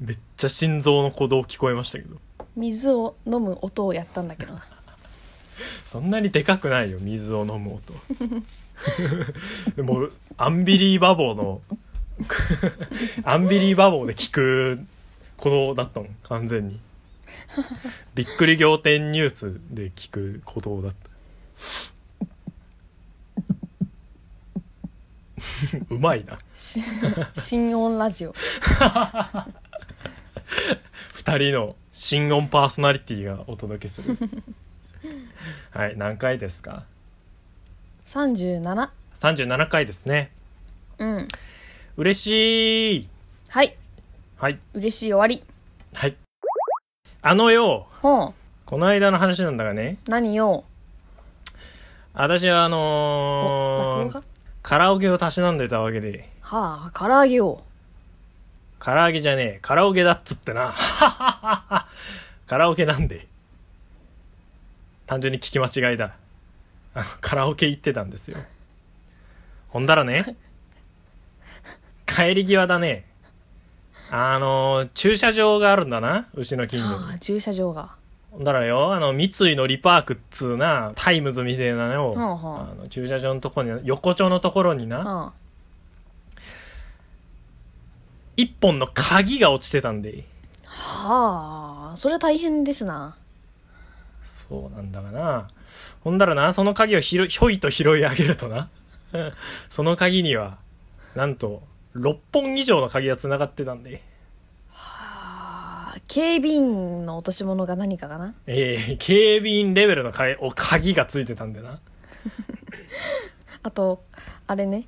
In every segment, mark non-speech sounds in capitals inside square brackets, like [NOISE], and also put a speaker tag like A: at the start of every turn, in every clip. A: めっちゃ心臓の鼓動聞こえましたけど
B: 水を飲む音をやったんだ
A: [LAUGHS]
B: けどな
A: そんなにでかくないよ水を飲む音 [LAUGHS] でもアンビリーバボーの [LAUGHS] アンビリーバボーで聞く鼓動だったもん完全にびっくり仰天ニュースで聞く鼓動だった [LAUGHS] うまいな
B: し心音ラジオ
A: 2人の新音パーソナリティがお届けするはい何回ですか
B: 37
A: 37回ですね
B: うん
A: 嬉しい
B: はい
A: はい
B: 嬉しい終わり
A: はいあのよ
B: ほう
A: この間の話なんだがね
B: 何よ
A: 私はあ
B: お落語
A: のー
B: が
A: カラオケをたしなんでたわけで
B: はあ唐揚げを
A: 唐揚げじゃねえカラオケだっつってな [LAUGHS] カラオケなんで単純に聞き間違いだ [LAUGHS] あのカラオケ行ってたんですよほんだらね帰り際だねあの駐車場があるんだなうちの近所に
B: はあ駐車場が
A: ほんだらよ、あの、三井のリパークっつうな、タイムズみたいなのを、
B: はあはあ
A: あの駐車場のとこに、横丁のところにな、
B: は
A: 一本の鍵が落ちてたんで、
B: あはあそれは大変ですな
A: そうなんだがな。ほんだらな、その鍵をひろひょいと拾い上げるとな、 [LAUGHS] その鍵には、なんと、6本以上の鍵が繋がってたんで、
B: あ警備員の落とし物が何かかな
A: えー、警備員レベルのかお鍵がついてたんでな。 [LAUGHS]
B: あとあれね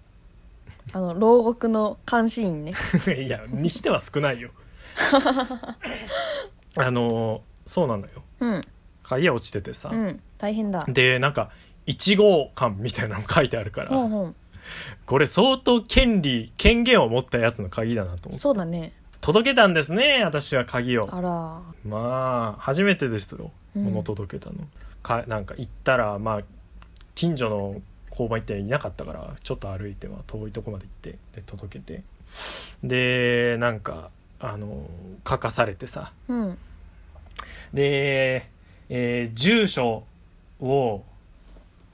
B: あの牢獄の監視員ね
A: いや、にしては少
B: [LAUGHS]
A: ないよ。あのーそうなのよ。
B: うん
A: 鍵が落ちててさ、
B: うん大変だ
A: でなんか1号館みたいなの書いてあるから、
B: ほうほ
A: これ相当権利権限を持ったやつの鍵だなと
B: う
A: 思って
B: そうだね
A: 届けたんですね私は鍵を
B: あら
A: まあ初めてですよ
B: うん
A: 物届けたの、かなんか行ったらまあ近所の交番行ったらいなかったからちょっと歩いては遠いとこまで行ってで届けてでなんかあの書かされてさ
B: うん
A: で、えー住所を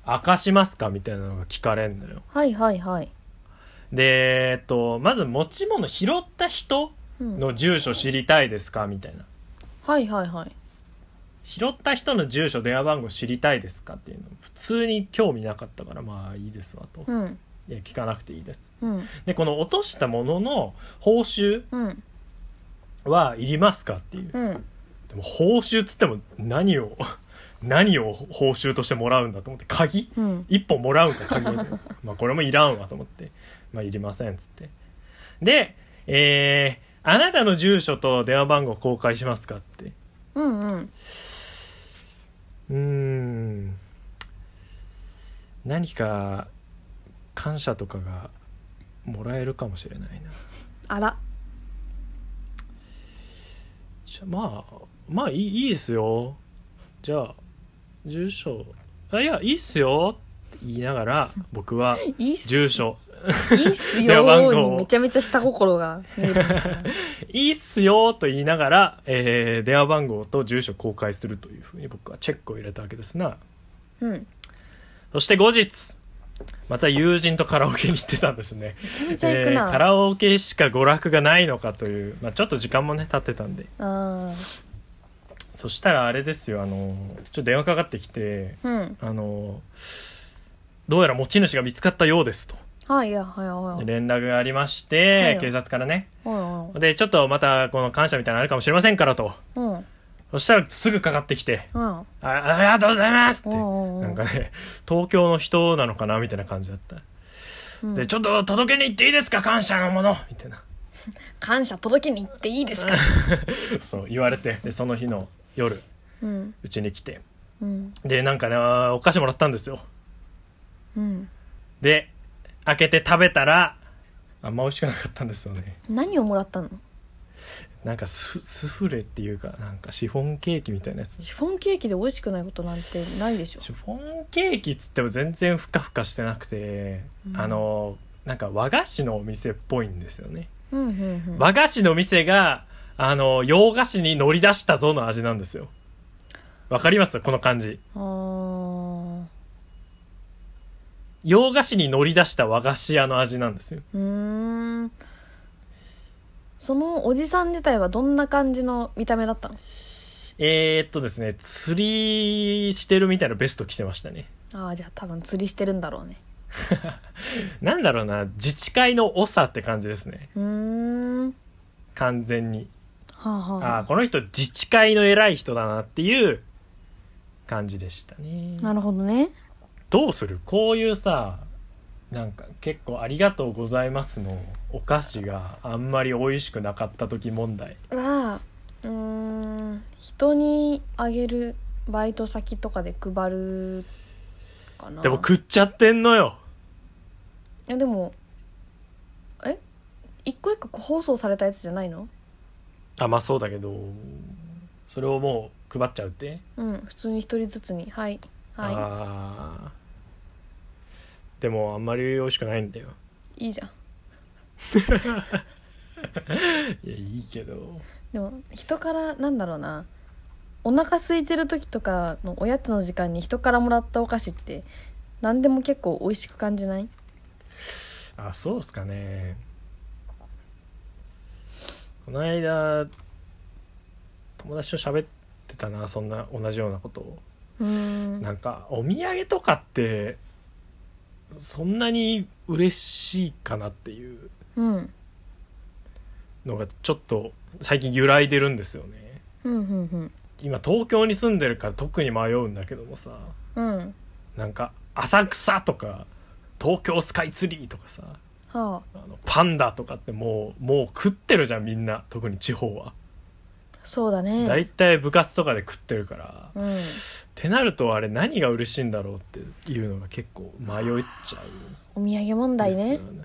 A: 明かしますかみたいなのが聞かれんのよ。
B: はいはいはい
A: で、えっと、まず持ち物拾った人
B: うん
A: の住所知りたいですかみたいな。
B: はいはいはい
A: 拾った人の住所、電話番号知りたいですかっていうの。普通に興味なかったから、まあいいですわと。
B: うん
A: いや、聞かなくていいです。
B: うん
A: で、この落としたものの報酬
B: うん
A: はいりますかっていう。
B: うん
A: でも報酬つっても何を、何を報酬としてもらうんだと思って、鍵
B: うん
A: 一本もらうんか鍵でまあこれもいらんわと思ってまあいりませんっつってでえーあなたの住所と電話番号公開しますかって
B: うんうん
A: うーん何か感謝とかがもらえるかもしれないな
B: あら
A: じゃあまあまあいいいいですよじゃあ住所あいやいいっすよって言いながら僕はい
B: いっす
A: 住所
B: いいっす
A: 電話番
B: よ
A: 号
B: ーにめちゃめちゃ下心が見える
A: いいっすよと言いながら、えー電話番号と住所を公開するというふうに僕はチェックを入れたわけですな
B: うんめ
A: そして後日また友人とカラオケに行ってたんですね
B: ちゃめちゃ行く
A: え
B: な、
A: ーカラオケしか娯楽がないのかという、まあ、ちょっと時間もね経ってたんで
B: あ
A: そしたらあれですよあのちょっと電話かかってきて
B: ーうん
A: あのどうやら持ち主が見つかったようですと
B: はいやはいはいはい
A: 連絡がありまし
B: は
A: て
B: い
A: 警察からね
B: は
A: でちょっとまたこの感謝みたいなのあるかもしれませんからと
B: いうん
A: そしたらすぐかかってきて
B: うん
A: あありがとうございますって、
B: おうおうおう
A: なんかね、東京の人なのかなみたいな感じだった。
B: うん
A: で、ちょっと届けに行っていいですか感謝のものみたいな。 [LAUGHS]
B: 感謝届けに行っていいですか
A: そう言われて、で、その日の夜、
B: うん
A: うちに来て。
B: うん
A: で、なんかね、お菓子もらったんですよ。
B: うん
A: で、開けて食べたら、あんま美味しくなかったんですよね。
B: 何をもらったの
A: なんかススフレっていうか、なんかシフォンケーキみたいなやつ。
B: シフォンケーキで美味しくないことなんてないでしょ
A: シフォンケーキっつっても全然ふかふかしてなくて、
B: うん
A: あの、なんか和菓子のお店っぽいんですよね。
B: うんうんうん
A: 和菓子の店があの洋菓子に乗り出したぞの味なんですよわかりますこの感じ
B: あー
A: 洋菓子に乗り出した和菓子屋の味なんですよ
B: うーんそのおじさん自体はどんな感じの見た目だったの
A: えー、っとですね釣りしてるみたいなベスト着てましたね
B: ああじゃあ多分釣りしてるんだろうね
A: なんだろうな自治会の長って感じですね
B: うーん
A: 完全に
B: はあは
A: あ
B: あ
A: あこの人自治会の偉い人だなっていう感じでしたね
B: なるほどね
A: どうするこういうさなんか結構「ありがとうございます」のお菓子があんまり美味しくなかった時問題
B: はうーん人にあげるバイト先とかで配るかな
A: でも食っちゃってんのよ
B: いやでもえ一個一個放送されたやつじゃないの
A: あまあそうだけどそれをもう配っちゃうって、
B: うん普通に一人ずつにはいは
A: あーでもあんまり美味しくないんだよ [LAUGHS]
B: いいいじゃん
A: いやいいけど
B: でも人からなんだろうなお腹空いてる時とかのおやつの時間に人からもらったお菓子って何でも結構美味しく感じない
A: あそうっすかねこの間友達と喋ってたなそんな同じようなことを
B: うーん
A: なんかお土産とかってそんなに嬉しいかなっていう
B: うんうん
A: のがちょっと最近揺らいでるんですよね
B: うん
A: 今東京に住んでるから特に迷うんだけどもさ
B: うんうん
A: なんか浅草とか東京スカイツリーとかさ
B: は
A: あのパンダとかってもうもう食ってるじゃんみんな特に地方は
B: あそうだね
A: 大体、部活とかで食ってるから、っ
B: うん
A: てなるとあれ何が嬉しいんだろうっていうのが結構迷っちゃう
B: お土産問題
A: です
B: ね
A: よね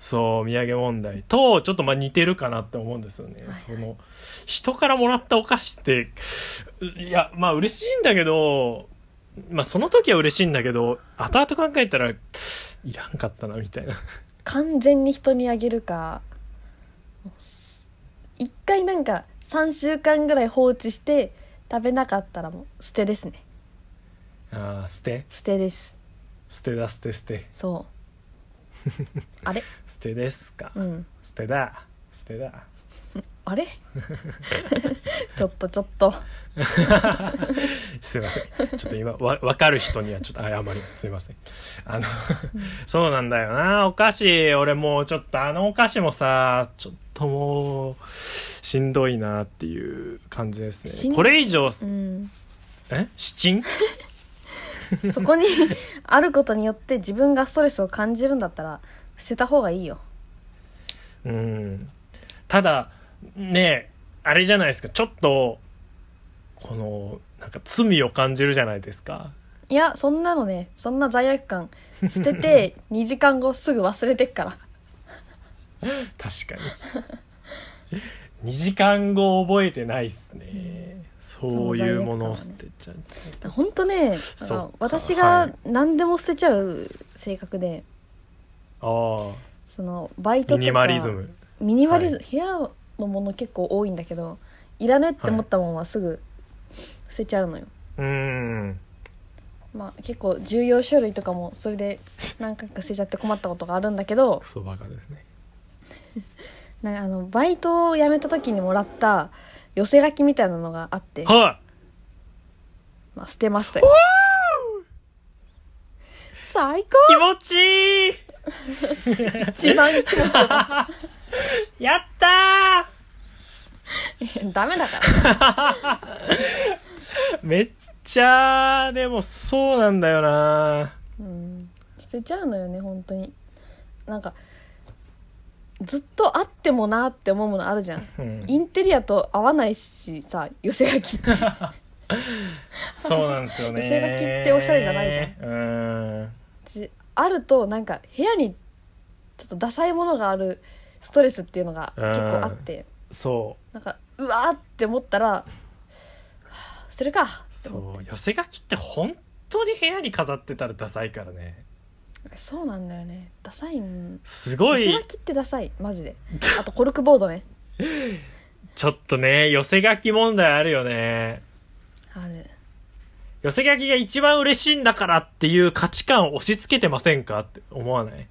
A: そうお土産問題とちょっとまあ似てるかなって思うんですよね、
B: はい
A: その人からもらったお菓子ってういやまあ嬉しいんだけどまあその時は嬉しいんだけど後々考えたらいらんかったなみたいな
B: 完全に人にあげるか一回なんか3週間ぐらい放置して食べなかったらもう捨てですね
A: あー捨て
B: 捨てです
A: 捨てだ捨て捨て
B: そう
A: [LAUGHS]
B: あれ
A: 捨てですか、
B: うん
A: 捨てだ捨てだ
B: あれ [LAUGHS] ちょっとちょっと
A: すいませんちょっと今わ分かる人にはちょっと謝りますすいませんあのそうなんだよなお菓子俺もうちょっとあのお菓子もさちょっともうしんどいなっていう感じです
B: し
A: ね
B: ん
A: これ以上、
B: うん
A: え七珍
B: そこに [LAUGHS] あることによって自分がストレスを感じるんだったら捨てた方がいいよ
A: うんただねあれじゃないですかちょっとこのなんか罪を感じるじゃないですか
B: いやそんなのねそんな罪悪感捨
A: [LAUGHS]
B: てて2時間後すぐ忘れてっから
A: 確かに2 [LAUGHS] 時間後覚えてないっすねそういうものを捨てちゃう
B: 本当ね
A: そっか
B: 私
A: は
B: が
A: い
B: 何でも捨てちゃう性格で、
A: あ
B: そのバイ
A: あ
B: トとか
A: ミニマリズム
B: ミニマリズム部屋のもの結構多いんだけどいらねって思ったものはすぐ捨てちゃうのよ、
A: うーん
B: まあ結構重要書類とかもそれで何回か捨てちゃって困ったことがあるんだけど
A: クソバカですね
B: なんかあのバイトを辞めた時にもらった寄せ書きみたいなのがあって、
A: は
B: まあ、捨てましたよ
A: い
B: 最高
A: 気持ちいい
B: 一番気持ちよかった
A: やった
B: いや [LAUGHS] ダメだから
A: ーめっちゃでもそうなんだよな
B: うん捨てちゃうのよね本当になんかずっとあってもなって思うものあるじゃん
A: うん
B: インテリアと合わないしさ寄せ書きって
A: そうなんですよね
B: 寄せ書きっておしゃれじゃないじゃん
A: うーん
B: じあるとなんか部屋にちょっとダサいものがあるストレスっていうのが結構あって
A: そう
B: なんかうわーって思ったら、はあ捨てるかって思う
A: そう寄せ書きって本当に部屋に飾ってたらダサいからね
B: そうなんだよねダサいん
A: すごい
B: 寄せ書きってダサいマジであとコルクボードね
A: ちょっとね寄せ書き問題あるよね
B: ある
A: 寄せ書きが一番嬉しいんだからっていう価値観を押し付けてませんかって思わない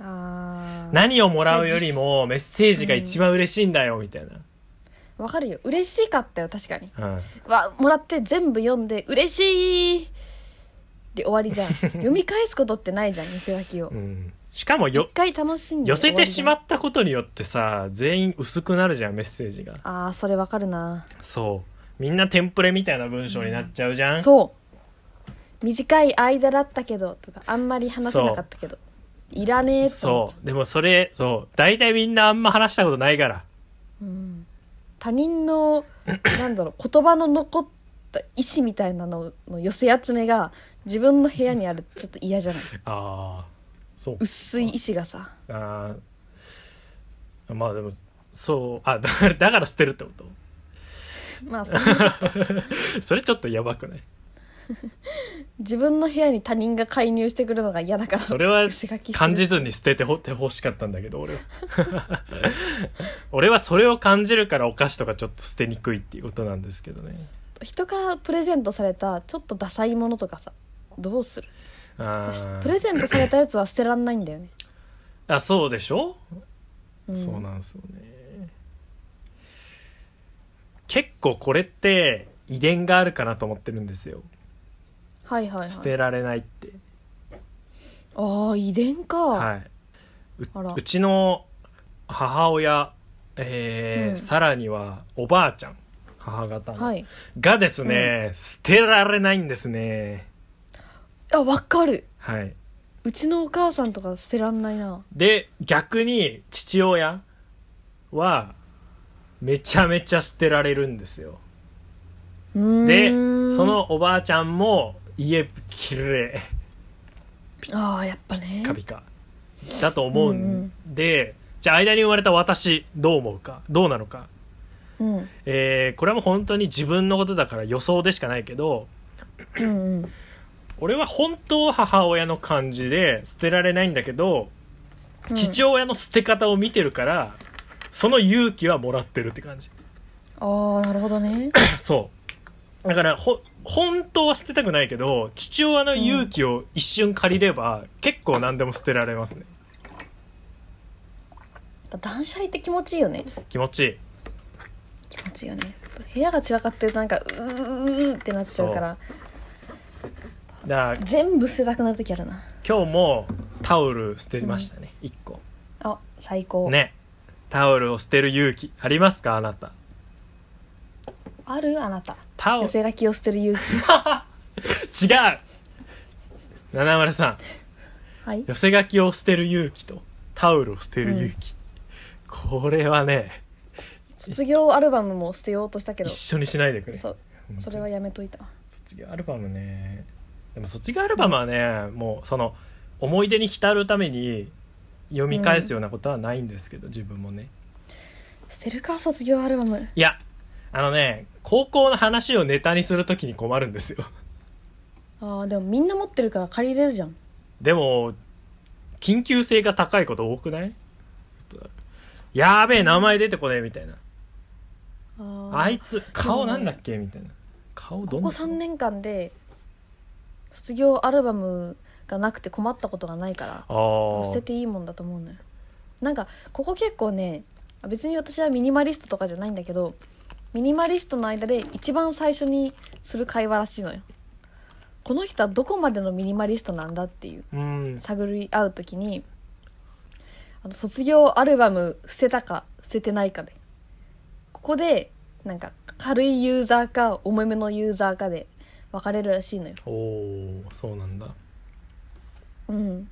B: あー
A: 何をもらうよりもメッセージが一番嬉しいんだよみたい
B: わかるよ嬉しかったよ確かに
A: な、うん、
B: わもらって全部読んで嬉しいで終わり
A: [LAUGHS]
B: じゃん読み返すことってないじゃん寄せ書きを
A: うん、しかもよ
B: 一回楽しんで
A: 寄せてしま
B: っ
A: ったことによってさ全員薄くなるじゃんメッセージが
B: あーそれわかるな
A: そうみんなテンプレみたいな文章になっちゃうじゃん、
B: そう短い間だったけどとかあんまり話せなかったけどいらねえと思っ
A: そ
B: ちゃ
A: うでもそれそう大体みんなあんま話したことないから
B: う、うん、他人の [CLEARS THROAT] なんだろう言葉の残った意思みたいなのの寄せ集めが自分の部屋にあるってちょっと嫌じゃない
A: ああそう
B: 薄い意思がさ
A: あーまあでもそうあだ [LAUGHS] からだから捨てるってこと
B: まあそ
A: [LAUGHS]
B: んな
A: それちょっとやばくない
B: 自分の部屋に他人が介入してくるのが嫌だから
A: それは
B: 寄せ書きする
A: 感じずに捨ててほってほしかったんだけど俺は [LAUGHS] 俺はそれを感じるからお菓子とかちょっと捨てにくいっていうことなんですけどね
B: 人からプレゼントされたちょっとダサいものとかさどうする
A: あー
B: プレゼントされたやつは捨てらんないんだよね、
A: あそうでしょ、
B: うん、
A: そうなんですよね結構これって遺伝があるかなと思ってるんですよ
B: はいはいはい
A: 捨てられないって
B: ああ遺伝か、
A: はいう
B: あら
A: うちの母親えー
B: うん
A: さらにはおばあちゃん母方の、
B: はい
A: がですね、捨てられないんですね
B: あわかる
A: はい。
B: うちのお母さんとか捨てらんないな
A: で、逆に父親は、めちゃめちゃ捨てられるんですよ。
B: うーん
A: で、そのおばあちゃんも、家、きれ [LAUGHS]
B: ああやっぱ
A: い、
B: ね
A: カビカ。だと思う
B: うん
A: んで、じゃあ間に生まれた私、どう思うか、どうなのか。
B: うんうん
A: えーこれはもう本当に自分のことだから予想でしかないけど、
B: うん
A: 俺は本当は母親の感じで捨てられないんだけど、
B: うん
A: 父親の捨て方を見てるから、その勇気はもらってるって感じ。
B: ああなるほどね
A: そう。だから、ほ、本当は捨てたくないけど、父親の勇気を一瞬借りれば、結構何でも捨てられますね。
B: 断捨離って気持ちいいよね
A: 気持ちいい。
B: 気持ちいいよね部屋が散らかってるとなんかうーうーうーってなっちゃうから
A: だから、
B: 全部捨てたくなる時あるな
A: 今日もタオル捨てましたね。一個。
B: あ最高、
A: ね。タオルを捨てる勇気、ありますかあなた。
B: あるあなた
A: タオル、
B: 寄
A: 違う
B: せ書きを捨てる勇気
A: 七丸さん、
B: はい
A: 寄せ書きを捨てる勇気と、タオルを捨てる勇気。これはね、
B: 卒業アルバムも捨てようとしたけど
A: 一緒にしないでくれ。
B: そうそれはやめといた
A: 卒業アルバムねでも卒業アルバムはね、もうその思い出に浸るために読み返すようなことはないんですけど、自分もね
B: 捨てるか卒業アルバム
A: いやあのね高校の話をネタにするときに困るんですよ
B: ああでもみんな持ってるから借りれるじゃん
A: でも緊急性が高いこと多くないやーべえ名前出てこねえみたいな、
B: あ
A: あ
B: ー
A: いつ顔なんだっけみたいな顔ど
B: こ
A: ん
B: こ
A: な
B: 3年間で卒業アルバムがなくて困ったことがないから
A: あ
B: 捨て
A: ー
B: ていいもんだと思うのよなんかここ結構ねあ別に私はミニマリストとかじゃないんだけどミニマリストの間で一番最初にする会話らしいのよこの人はどこまでのミニマリストなんだっていう
A: うん
B: 探り合う時にあの卒業アルバム捨てたか捨ててないかでここでなんか軽いユーザーか重めのユーザーかで分かれるらしいのよ、
A: おおそうなんだ
B: うん、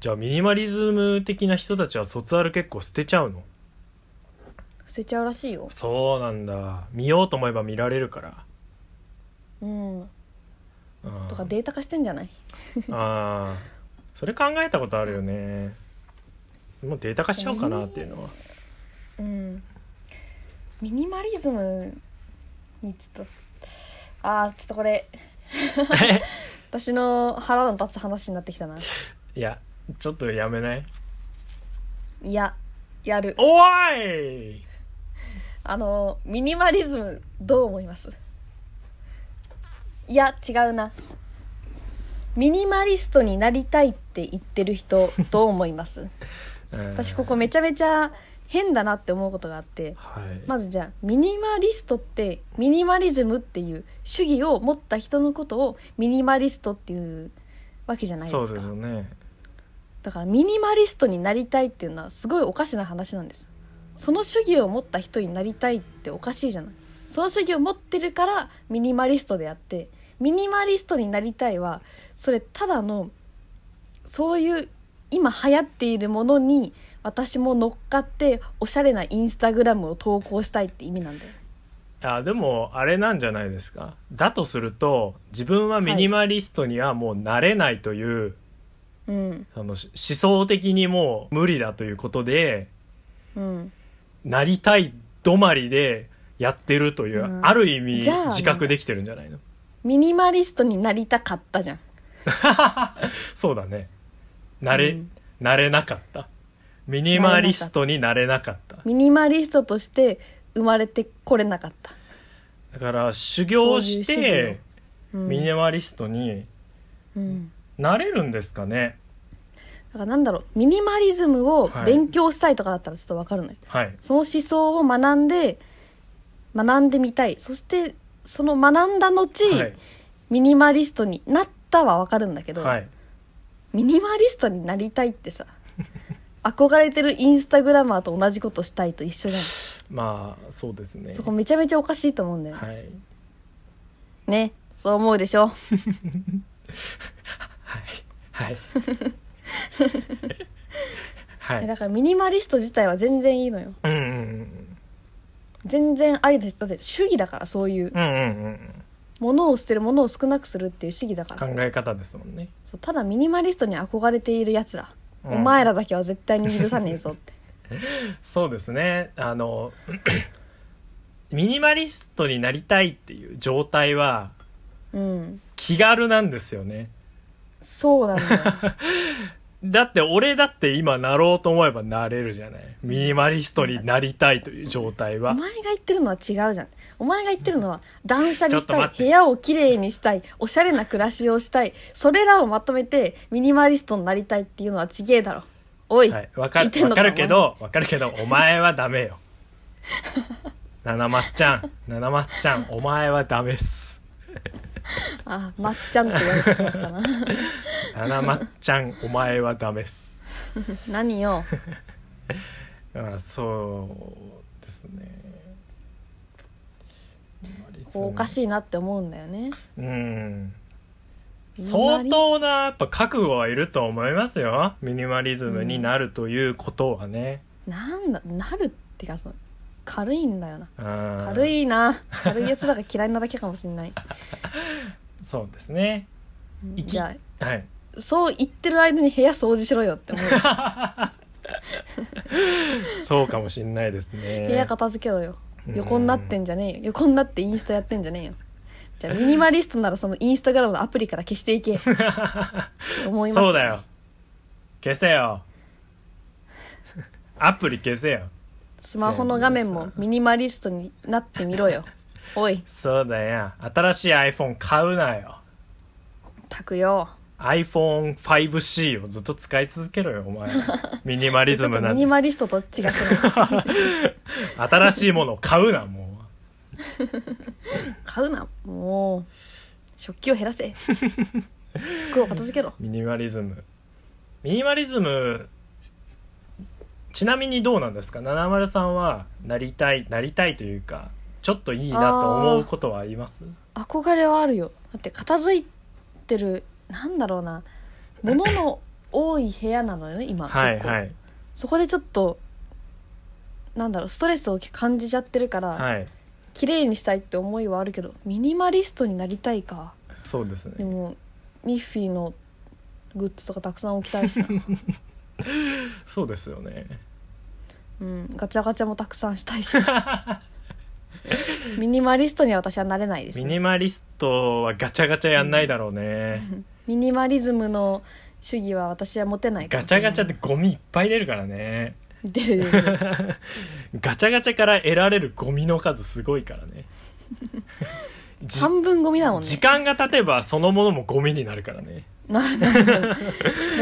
A: じゃあミニマリズム的な人たちは卒アル結構捨てちゃうの
B: 捨てちゃうらしいよ、
A: そうなんだ見ようと思えば見られるから、
B: う
A: う
B: ん、
A: ん
B: とかデータ化してんじゃない
A: あーそれ考えたことあるよねもうデータ化しちゃおうかなっていう
B: [LAUGHS]
A: のは
B: うんミニマリズムにちょっとあーちょっとこれ
A: え
B: 私の腹の立つ話になってきたない
A: やちょっとやめない
B: いややる
A: おーい
B: あのミニマリズムどう思いますいや違うなミニマリストになりたいって言ってる人どう思います
A: うん
B: 私ここめちゃめちゃ変だなって思うことがあって
A: はい、
B: まずじゃあミニマリストってミニマリズムっていう主義を持った人のことをミニマリストっていうわけじゃないで
A: そう
B: す
A: で
B: か
A: すね
B: だからミニマリストになりたいっていうのはすごいおかしな話なんですその主義を持った人になりたいっておかしいじゃないその主義を持ってるからミニマリストであってミニマリストになりたいはそれただのそういう今流行っているものに私も乗っかっておしゃれなインスタグラムを投稿したいって意味なんだよ
A: あでもあれなんじゃないですかだとすると自分はミニマリストにはもうなれないという、
B: うん
A: そのし思想的にもう無理だということで
B: うん
A: なりたい止まりでやってるという、
B: うん
A: ある意味
B: じゃあ
A: 自覚できてるんじゃないの [LAUGHS]
B: ミニマリストになりたかったじゃん
A: そうだねなれ、
B: うん
A: なれなかったミニマリストになれなかった
B: ミニマリストとして生まれてこれなかった、
A: だから修行し
B: そういう主義
A: て
B: うん
A: ミニマリストに
B: うん
A: なれるんですかね、
B: だからなんだろうミニマリズムを
A: はい
B: 勉強したいとかだったらちょっとわかるのよ、
A: はい
B: その思想を学んで学んでみたいそしてその学んだ後、
A: はい
B: ミニマリストになったはわかるんだけど、
A: はい
B: ミニマリストになりたいってさ [LAUGHS] 憧れてるインスタグラマーと同じことしたいと一緒じゃん
A: まあそうですね
B: そこめちゃめちゃおかしいと思うんだよね,、
A: はい [LAUGHS]
B: ねそう思うでしょ
A: はい
B: [LAUGHS]
A: はいは
B: え
A: い
B: だからミニマリスト自体は全然いいのよ
A: うんうん
B: 全然ありですだって主義だからそういう
A: うんうんうんうん
B: ものを捨てるものを少なくするっていう主義だから
A: 考え方ですもんね、
B: そうただミニマリストに憧れているやつら、
A: うん
B: お前らだけは絶対に許さねえぞって
A: [LAUGHS] そうですねあの [CLEARS THROAT] ミニマリストになりたいっていう状態は
B: うん
A: 気軽なんですよね
B: そうなんだよ
A: [LAUGHS] だって俺だって今なろうと思えばなれるじゃないミニマリストになりたいという状態
B: お
A: は
B: 前が言ってるのは違うじゃんお前が言ってるのは断捨離し
A: ちょ
B: た
A: っと待
B: い
A: って
B: 部屋をきれいにしたいおしゃれな暮らしをしたいそれらをまとめてミニマリストになりたいっていうのはちげえだろおい、
A: はい、わか
B: 言
A: る
B: ってん
A: わ
B: のか
A: かるけどわかるけどお前はダメよななまっちゃんななまっちゃんお前はダメっす
B: あまっちゃんって言われてしまったな [LAUGHS]
A: ななまっちゃんお前はダメっす
B: 何よ
A: だからそうですね
B: こうおか
A: い
B: しいなって思うんだよね
A: うん
B: ミニマ
A: 相
B: リス
A: 当なやっぱ覚悟はいると思いますよミニマリズムになるということはね、
B: なんだなるってかその軽いんだよな
A: うん
B: 軽いな軽いやつらが嫌いなだけかもしんない
A: そうですね
B: うん
A: いき
B: じゃ
A: はい
B: あそう言ってる間に部屋掃除しろよっ
A: [LAUGHS]
B: て思う
A: そうかもしんないですね
B: 部屋片付けろよ
A: うん
B: 横になってんじゃねえよ横になってインスタやってんじゃねえよじゃあミニマリストならそのインスタグラムのアプリから消して
A: [LAUGHS]
B: いけって思います
A: そうだよ消せよ [LAUGHS] アプリ消せよ
B: スマホの画面もミニマリストになってみ
A: [LAUGHS]
B: ろよおい
A: そうだよ新しい iPhone 買うなよ
B: たくよ
A: iPhone5C をずっと使い続けろよお前
B: [LAUGHS]
A: ミニマリズム
B: ちょっ
A: な
B: と
A: ん
B: ミ
A: て
B: ニマリストと違
A: [LAUGHS]
B: くない
A: 新しいものを買うなも
B: 買うなもう食器を減
A: [LAUGHS]
B: らせ服を片付けろ
A: うミニマリズムミニマリズムちなみにどうなんですか70さんはなりたいなりたいというかちょっといいなと思うことはあります
B: 憧れはあるよだって片付いてるなんだろうな物の多い部屋
A: [LAUGHS]
B: なのよね今
A: はい
B: 結構
A: はい
B: そこでちょっとなんだろうストレスを感じちゃってるから、
A: はい
B: 綺麗にしたいって思いはあるけどミニマリストになりたいか
A: そうです
B: で
A: ね
B: もミッフィーのグッズとかたくさん置きたいしな、
A: [LAUGHS] そうですよね [LAUGHS]
B: うん、ガチャガチャもたくさんしたいしミニマリストには私はなれないです
A: ミ
B: ね、
A: ニマリストはガチャガチャやんないだろうね、
B: ミニマリズムの主義は私は持てないか
A: ガ
B: もし
A: チャ
B: れない
A: ガチャってゴミいっぱい出るから
B: [LAUGHS]
A: ね
B: 出る出る出る
A: ガチャガチャから得られるゴミの数すごいからねじ
B: 半分ゴミだもんね
A: 時間が経てばそのものもゴミになるからね
B: なるなるなるだ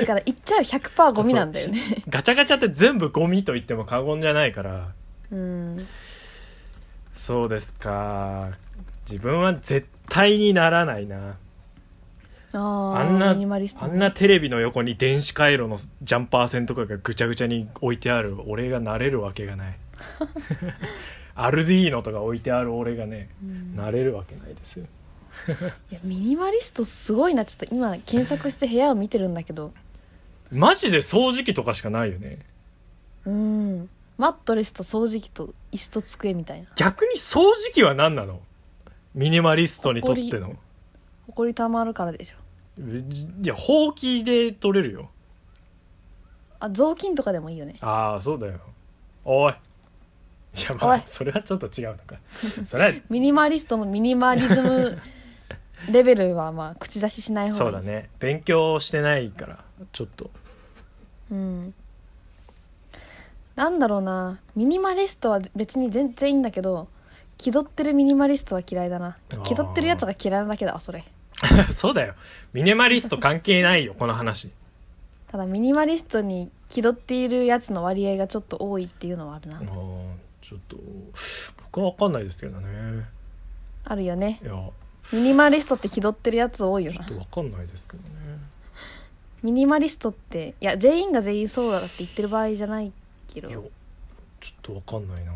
B: から言っちゃう100%ゴミなんだよね
A: ガチャガチャって全部ゴミと言っても過言じゃないから
B: うん
A: そうですか自分は絶対にならないな
B: あ
A: あ
B: あ
A: んな
B: ミニマリスト
A: あ
B: ね
A: んなテレビの横に電子回路のジャンパー線とかがぐちゃぐちゃに置いてある俺がなれるわけ
B: [LAUGHS]
A: がないアルディーノとか置いてある俺がね
B: うん
A: なれるわけないですよ
B: いやミニマリストすごいなちょっと今検索して部屋を見てるんだけど
A: マジで掃除機とかしかないよね
B: うんマットレスと掃除機と椅子と机みたいな
A: 逆に掃除機は何なのミニマリストにとっての
B: ほこりたまるからでしょ
A: いやほうきで取れるよ
B: あ雑巾とかでもいいよね
A: ああそうだよおいいやま
B: お
A: あ
B: い
A: それはちょっと違うのかそれ
B: [LAUGHS]
A: は
B: ミニマリストのミニマリズムレベルはまあ口出ししない方が
A: そ
B: いうい
A: だね勉強してないからちょっと
B: うんなんだろうなミニマリストは別に全然いいんだけど気取ってるミニマリストは嫌いだな
A: あー
B: 気取ってるやつが嫌いなだけだわそれ
A: [LAUGHS] そうだよミニマリスト関係ないよこの話
B: ただミニマリストに気取っているやつの割合がちょっと多いっていうのはあるな、
A: あーちょっと僕は分かんないですけどね
B: あるよね
A: いやちょ
B: ミニマリストって気取ってるやつ多いよな
A: っと分かんないですけどね
B: ミニマリストっていや全員が全員そうだって言ってる場合じゃないけ
A: いやちょっと
B: ど
A: 分かんないな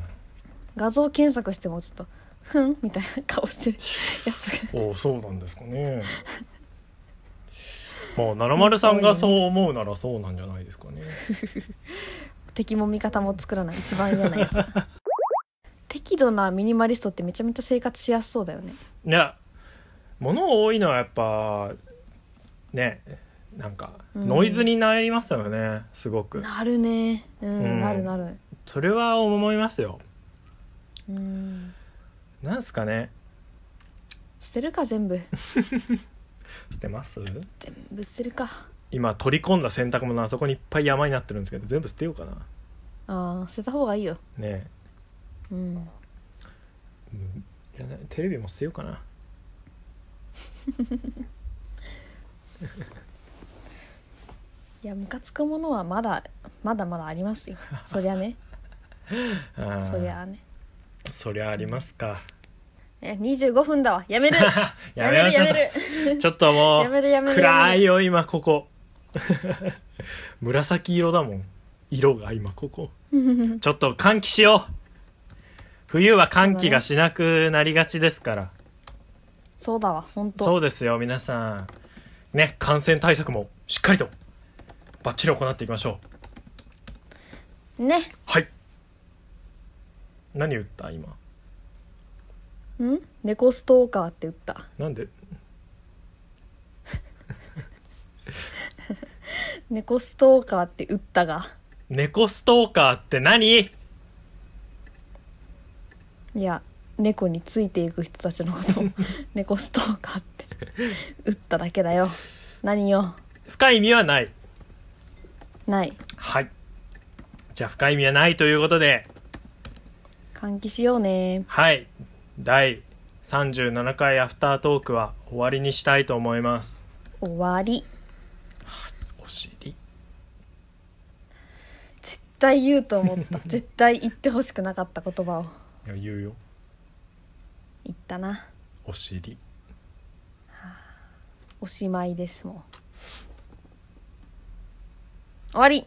B: 画像検索してもちょっとふんみたいな顔してるやつが
A: おそうなんですかね [LAUGHS] まあ七丸さんがそう思うならそうなんじゃないですかね
B: 敵も味方も作らない一番嫌なや [LAUGHS] つ適度なミニマリストってめちゃめちゃ生活しやすそうだよね
A: いや物多いのはやっぱねなんか
B: うん
A: ノイズになりますよね、すごく
B: なるねうん、
A: うん
B: なるなる
A: それは思いますよ
B: うん
A: なんすかね
B: 捨てるか全部
A: 捨てます
B: 全部捨てるか
A: 今取り込んだ洗濯物あそこにいっぱい山になってるんですけど全部捨てようかな
B: あー捨てた方がいいよ
A: ね
B: うん
A: えうんいらないテレビも捨てようかな
B: いやムカつくものはまだまだまだありますよそりゃ [LAUGHS] ね
A: あー
B: そりゃあね
A: そりゃありますか
B: え25分だわやめる [LAUGHS] や
A: や
B: め
A: め
B: る
A: るや
B: やめ
A: める
B: る
A: ちょっとも
B: やめ
A: う
B: るやめるや
A: 暗
B: め
A: い
B: る
A: よ今ここ [LAUGHS] 紫色だもん色が今こ
B: [LAUGHS]
A: こちょっと換気しよう冬は換気がしなくなりがちですから
B: そうだわ本当
A: そうですよ皆さんね感染対策もしっかりとバッチリ行っていきましょう
B: ね
A: はい何打った今
B: うん猫ストーカーって言った
A: なんで
B: 猫ストーカーって打ったが
A: 猫ストーカーって何
B: いや猫についていく人たちのことを猫ストーカーって打っただけだよ何よ
A: 深い意味はない
B: ない
A: はいじゃあ深い意味はないということで
B: 換気しようね
A: はい第37回アフタートークは終わりにしたいと思います
B: 終わり
A: お尻
B: 絶対言うと思った絶対言ってほしくなかった言葉を
A: いや言うよ
B: 言ったな
A: お尻
B: おしまいですもう終わり